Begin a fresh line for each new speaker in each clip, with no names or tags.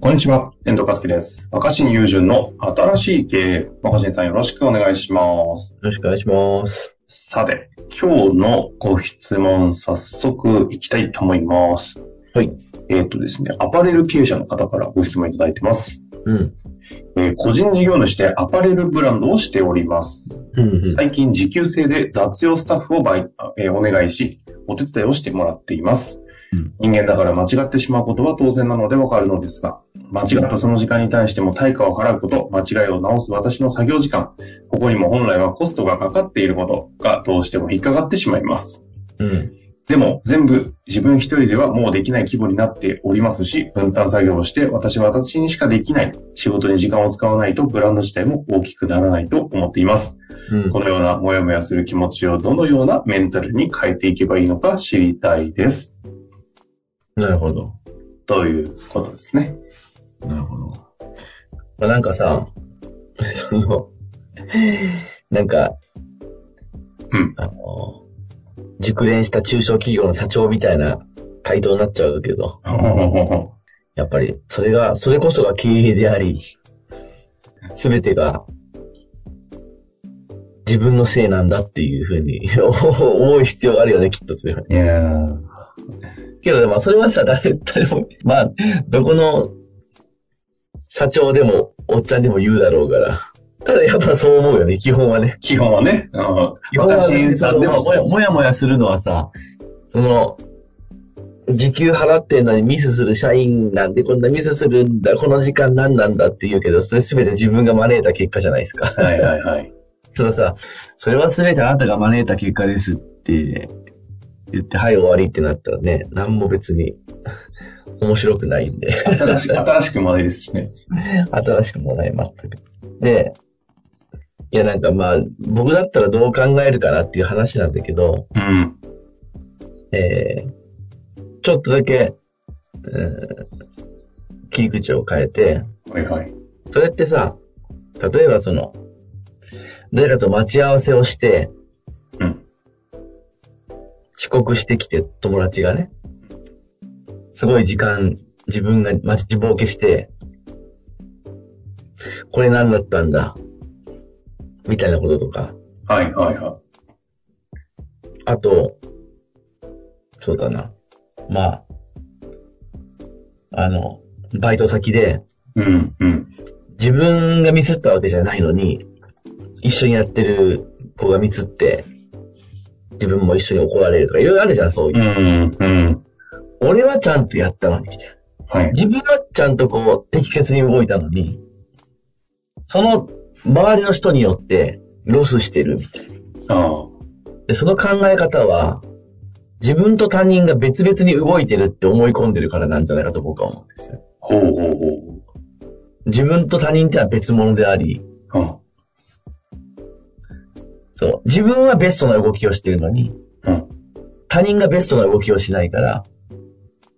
こんにちは、遠藤和樹です。若新雄純の新しい経営。若新さんよろしくお願いします。
よろしくお願いします。
さて、今日のご質問、早速いきたいと思います。
はい。
えっ、とですね、アパレル経営者の方からご質問いただいてます。
うん。
えー個人事業主でアパレルブランドをしております。
うん、うん。
最近時給制で雑用スタッフをバイ、えーお願いし、お手伝いをしてもらっています。
うん
人間だから間違ってしまうことは当然なのでわかるのですが、間違ったその時間に対しても対価を払うこと、間違いを直す私の作業時間、ここにも本来はコストがかかっていることがどうしても引っかかってしまいます。
うん。
でも全部自分一人ではもうできない規模になっておりますし、分担作業をして私は私にしかできない仕事に時間を使わないとブランド自体も大きくならないと思っています。
うん。
このようなモヤモヤする気持ちをどのようなメンタルに変えていけばいいのか知りたいです。
なるほど。
ということですね。
なるほど。まあ、なんかさ、その、なんか、
うん
あの、熟練した中小企業の社長みたいな回答になっちゃうけど、やっぱり、それが、それこそが経営であり、すべてが、自分のせいなんだっていうふうに 思う必要があるよね、きっとそれは。
いやー
けど、まあ、それはさ、誰、誰も、まあ、どこの社長でも、おっちゃんでも言うだろうから。ただ、やっぱそう思うよね、基本はね。
基本はね、あの若新さんでも
もや、もやもやするのはさ、その、時給払ってんのにミスする社員なんで、こんなミスするんだ、この時間何なんだって言うけど、それすべて自分が招いた結果じゃないですか。
はいはいはい。
たださ、それは全てあなたが招いた結果ですって言って、はい、終わりってなったらね、何も別に 面白くないんで、
新しく、新しくもないですしね。
新しくもらえましたけど。で、いやなんかまあ、僕だったらどう考えるかなっていう話なんだけど、
うん。
えー、ちょっとだけ、うん切り口を変えて、
はいはい。
それってさ、例えばその、誰かと待ち合わせをして、
うん。
遅刻してきて、友達がね、すごい時間、自分が待ちぼうけして、これ何だったんだ、みたいなこととか、
はいはいは
あと、そうだな、まあ、あの、バイト先で、
い。うん、うん。
自分がミスったわけじゃないのに、一緒にやってる子がミスって、自分も一緒に怒られるとか、いろいろあるじゃん、そういう
う。ん、うん。
俺はちゃんとやったのに、みたいな。
はい。
自分はちゃんとこう、適切に動いたのに、その周りの人によってロスしてるみたいな。
ああ。
で、その考え方は、自分と他人が別々に動いてるって思い込んでるからなんじゃないかと僕は思うんですよ。
ほうほう
自分と他人ってのは別物であり、
ほう。
そう、自分はベストな動きをしてるのに、
うん。うん。
他人がベストな動きをしないから、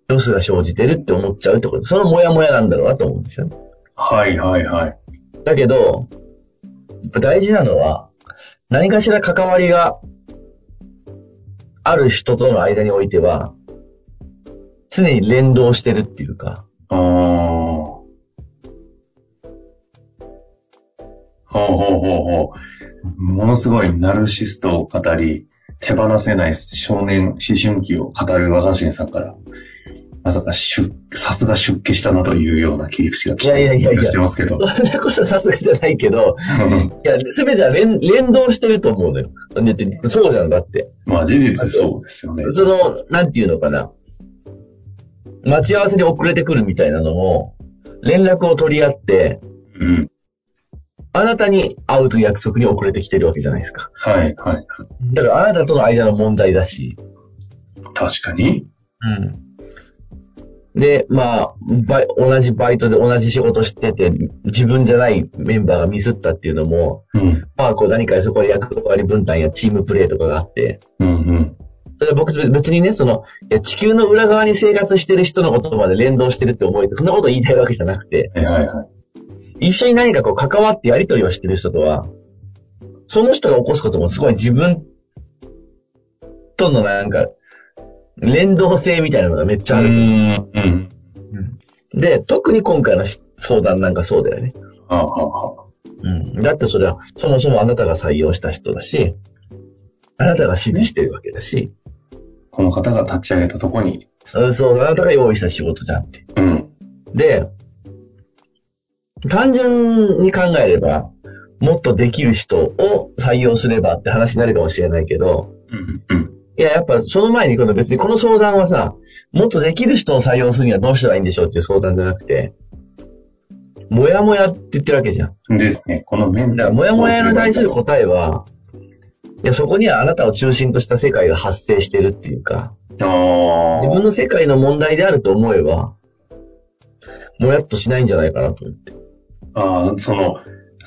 ロスが生じてるって思っちゃうってこと。そのモヤモヤなんだろうなと思うんですよね。
はいはいはい。
だけど、やっぱ大事なのは、何かしら関わりがある人との間においては、常に連動してるっていうか、
ああ。ほうほうほうほう。ものすごいナルシストを語り、手放せない少年、思春期を語る若新さんから、まさか出、さすが出家したなというような切り口が来て
いやいやいやいや
してますけ
そ
ど
ん。なことはさすがじゃないけど、
うん
いや、すべては連連動してると思うのよ。だってそうじゃんだって。
まあ事実そうですよね。
その、なんていうのかな。待ち合わせで遅れてくるみたいなのも、連絡を取り合って、
うん。
あなたに会うという約束に遅れてきてるわけじゃないですか。
はいはい。
だからあなたとの間の問題だし。
確かに。
で、まあ、バイ同じバイトで同じ仕事してて、自分じゃないメンバーがミスったっていうのも、
うん。
まあ、こう何かそこは役割分担やチームプレーとかがあって、
うんうん。
それ僕別にね、その、いや地球の裏側に生活してる人のことまで連動してるって思えて、そんなこと言いたいわけじゃなくて、
はいはいはい。
一緒に何かこう関わってやりとりをしてる人とは、その人が起こすこともすごい自分とのなんか、連動性みたいなのがめっちゃある。
うん。うん。
で、特に今回のし相談なんかそうだよね。
ああ、ああ、
うん。だってそれは、そもそもあなたが採用した人だし、あなたが指示してるわけだし、
この方が立ち上げたとこに、
うんそう、あなたが用意した仕事じゃんって。
うん、
で、単純に考えれば、もっとできる人を採用すればって話になるかもしれないけど、
うん、うん。
いや、やっぱその前にこの別にこの相談はさ、もっとできる人を採用するにはどうしたらいいんでしょうっていう相談じゃなくて、もやもやって言ってるわけじゃん。
ですね。このメン
だ
タ
か
ー
ら、もやもやに対する答えは、いや、そこにはあなたを中心とした世界が発生してるっていうか、
あ
自分
あ、
の世界の問題であると思えば、もやっとしないんじゃないかなと思って。
ああ、その、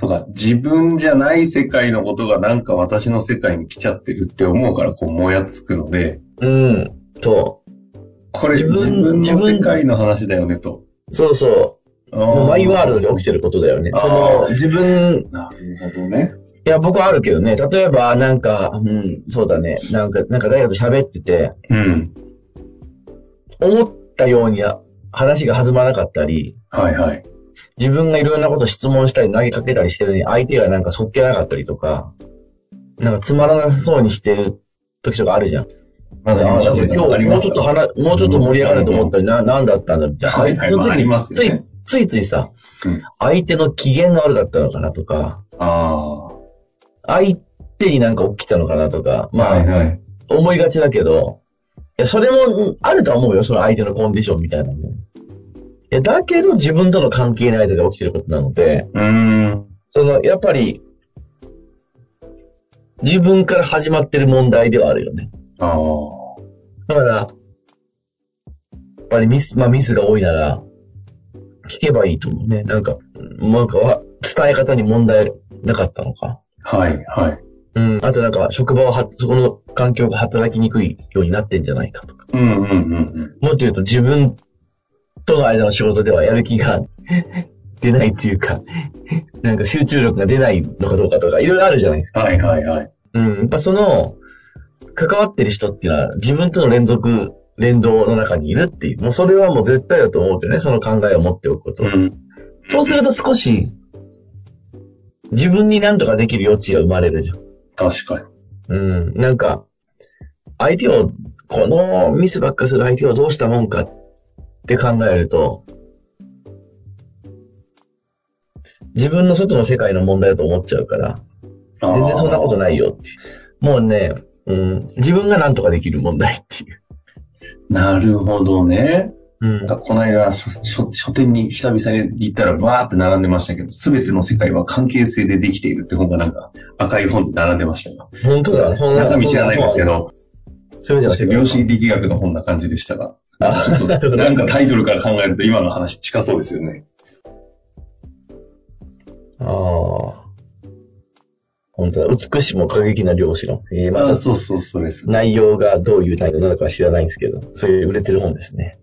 そうか、自分じゃない世界のことがなんか私の世界に来ちゃってるって思うから、こう、もやつくので、
うん。と、
これ
自
自
分
分の世界の話だよねと。
そうそう。もうマイワール
で。
ドで起きてることだよね。
あー
その、自分
なるほどね。
いや、僕はあるけどね。例えば、なんか、うん、そうだね。なんか、なんか誰かと喋ってて、
うん。
思ったようにあ話が弾まなかったり、
はいはい。
自分がいろんなこと質問したり投げかけたりしてるのに、相手がなんかそっけなかったりとか、なんかつまらなさそうにしてる時とかあるじゃん。
ま
ああ、だから今日もうちょっと話、もうちょっと盛り上がると思ったり、な、なんだったんだろうじゃあ、
はいはい
その
まああ
時
りま
に、
すよ
つい
ね、
ついついさ、
うん
相手の機嫌が悪かったのかなとか、
あ
相手になんか起きたのかなとか、
あ。
まあ、
はい。
思いがちだけど、いや、それもうんあるとは思うよ、その相手のコンディションみたいなのも。いや、だけど自分との関係の間で起きてることなので、
うーん。
その、やっぱり、自分から始まってる問題ではあるよね。
ああ。
だから、やっぱりミス、まあミスが多いなら、聞けばいいと思うね。なんか、うんなんかは、伝え方に問題なかったのか。
はいはい。
うん。あとなんか、職場はは、そこの環境が働きにくいようになってんじゃないかとか。
うんうんうんうん。
もっと言うと自分との間の仕事ではやる気が 出ないっていうか、なんか集中力が出ないのかどうかとか、いろいろあるじゃないですか。
はいはいはい。
うん。やっぱその、関わってる人っていうのは自分との連続、連動の中にいるっていう。もうそれはもう絶対だと思うけどね、その考えを持っておくこと。
ん。
そうすると少し、自分に何とかできる余地が生まれるじゃん。
確かに。
うん、なんか、相手を、このミスばっかする相手をどうしたもんかって考えると、自分の外の世界の問題だと思っちゃうから、
あ
全
ー
然そんなことないよっていう。もうね、うん、自分が何とかできる問題っていう。
なるほどね。
うん
なんかこの間書書、書店に久々に行ったらわーって並んでましたけど、すべての世界は関係性でできているって本がなんか赤い本に並んでましたよ。
本当だ、ほん
中身知らないんですけ。ど、
そういう意味では
量子力学の本な感じでしたが、
あ
ちょっ
なる
と
ほど
なんかタイトルから考えると今の話近そうですよね。
ああ。本当だ、美しも過激な量子論。えー、また
そうそう、そうです。
内容がどういう内容なのかは知らないんですけど、そういう売れてる本ですね。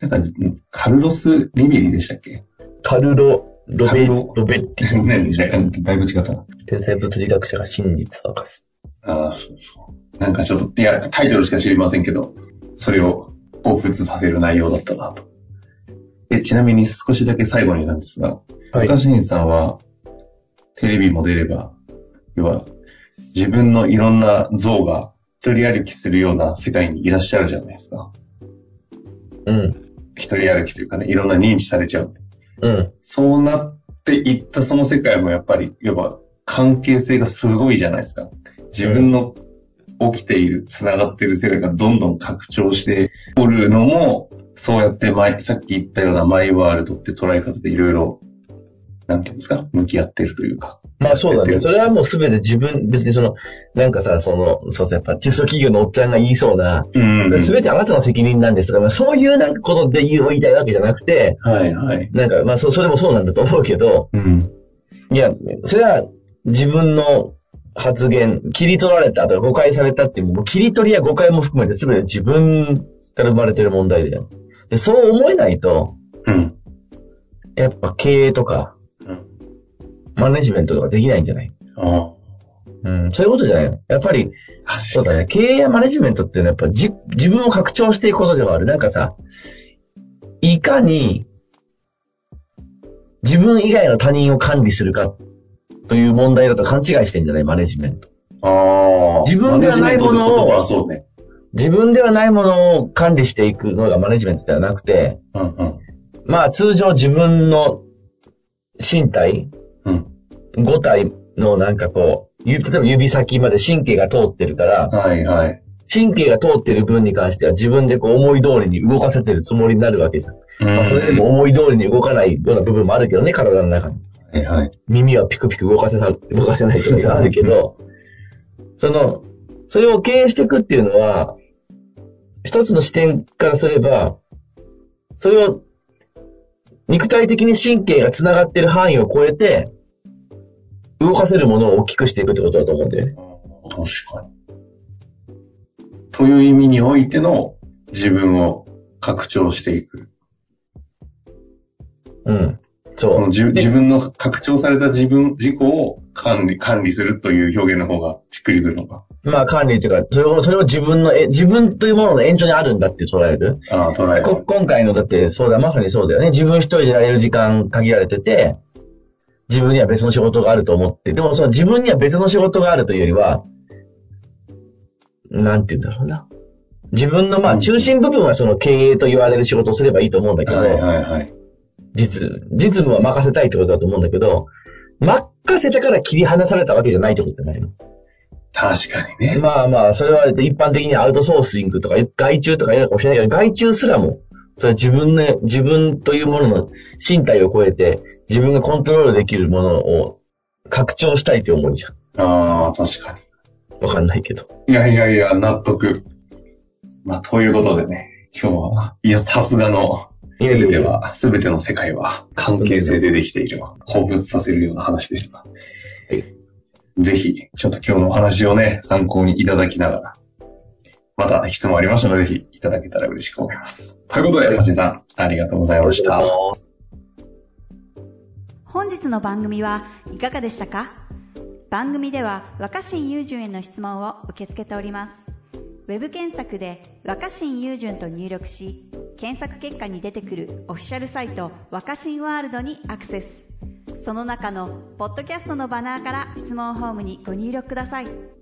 なんか、んカルロス・リビリでしたっけ
カルロ・ロ
カ
ベ
ルロ
ロベッテ
ね若干だいぶ違ったな。
ィ、天才物理学者が真実を明かす。
ああ、そうそう。なんかちょっと、いや、タイトルしか知りませんけど、それを彷彿させる内容だったなと。でちなみに少しだけ最後になんですが、
はい
若新さんは、テレビも出れば、要は、自分のいろんな像が一人歩きするような世界にいらっしゃるじゃないですか。
うん。
一人歩きというかね、いろんな認知されちゃう。
うん。
そうなっていったその世界もやっぱり、要は関係性がすごいじゃないですか。自分の起きている、繋がっている世界がどんどん拡張しておるのも、そうやって前、さっき言ったようなマイワールドって捉え方でいろいろ、なんていうんですか、向き合ってるというか。
まあそうだ
やって
ね。
る
それはもうすべて自分、別にその、なんかさ、その、そうそう、やっぱ中小企業のおっちゃんが言いそうな、
うん
すべてあなたの責任なんですとか、まあそういうなんかことで言う言いたいわけじゃなくて、
はいはい。
なんか、まあそそれもそうなんだと思うけど、
うん。
いや、それは自分の発言、切り取られた、あとは誤解されたっていう、もう切り取りや誤解も含めて全て自分から生まれてる問題だよ。で、そう思えないと、
うん。
やっぱ経営とか、
うん
マネジメントとかできないんじゃない
あ
うん、そういうことじゃないの。やっぱり、
あ。
そうだね。経営やマネジメントっていうのはやっぱじ自分を拡張していくことではある。なんかさ、いかに、自分以外の他人を管理するかという問題だと勘違いしてんじゃないマネジメント。
ああ。
自分ではないものを
マネジメントって言葉はそうね。
自分ではないものを管理していくのがマネジメントではなくて、
うんうん。
まあ通常自分の身体、
うん。
五体のなんかこう、ゆ例えば指先まで神経が通ってるから、
はいはい。
神経が通ってる分に関しては自分でこう思い通りに動かせてるつもりになるわけじゃん。まあそれでも思い通りに動かないような部分もあるけどね、体の中に。
はいはい。
耳はピクピク動かせさ、動かせないとかあるけど、その、それを経営していくっていうのは、一つの視点からすれば、それを、肉体的に神経が繋がってる範囲を超えて、動かせるものを大きくしていくってことだと思うんだよね。
確かに。という意味においての自分を拡張していく。
うん。
その
そ
自自分の拡張された自分、自己を管理、管理するという表現の方がしっくりくるのか。
う。まあ管理というか、それを、それを自分のえ、自分というものの延長にあるんだって捉える。
ああ、捉え
こ
る。
今回のだって、そうだ、まさにそうだよね。自分一人でやれる時間限られてて、自分には別の仕事があると思って、でもその自分には別の仕事があるというよりは、なんて言うんだろうな。自分のまあ中心部分はその経営と言われる仕事をすればいいと思うんだけど、
はいはいはい。
実、実務は任せたいってことだと思うんだけど、任せたから切り離されたわけじゃないってことじゃないの。
確かにね。
まあまあ、それは一般的にアウトソーシングとか、外注とか言うのかもしれないけど、外注すらも、それは自分の、自分というものの身体を超えて、自分がコントロールできるものを拡張したいという思いじゃ
ああ、確か
ん。わかんないけど。
に。いやいやいや、納得。まあ、ということでね、今日は、いや、さすがの、
いや
す
い
べ
やい
て
や。
は、すべての世界は関係性でできている。興奮させるような話でした。ぜひ、ちょっと今日のお話をね、参考にいただきながら、また質問ありましたらぜひいただけたら嬉しく思います。ということで、橋井さん、ありがとうございました。
本日の番組はいかがでしたか番組では若新雄純への質問を受け付けております。ウェブ検索で若新雄純と入力し、検索結果に出てくるオフィシャルサイト若新ワールドにアクセス。その中のポッドキャストのバナーから質問フォームにご入力ください。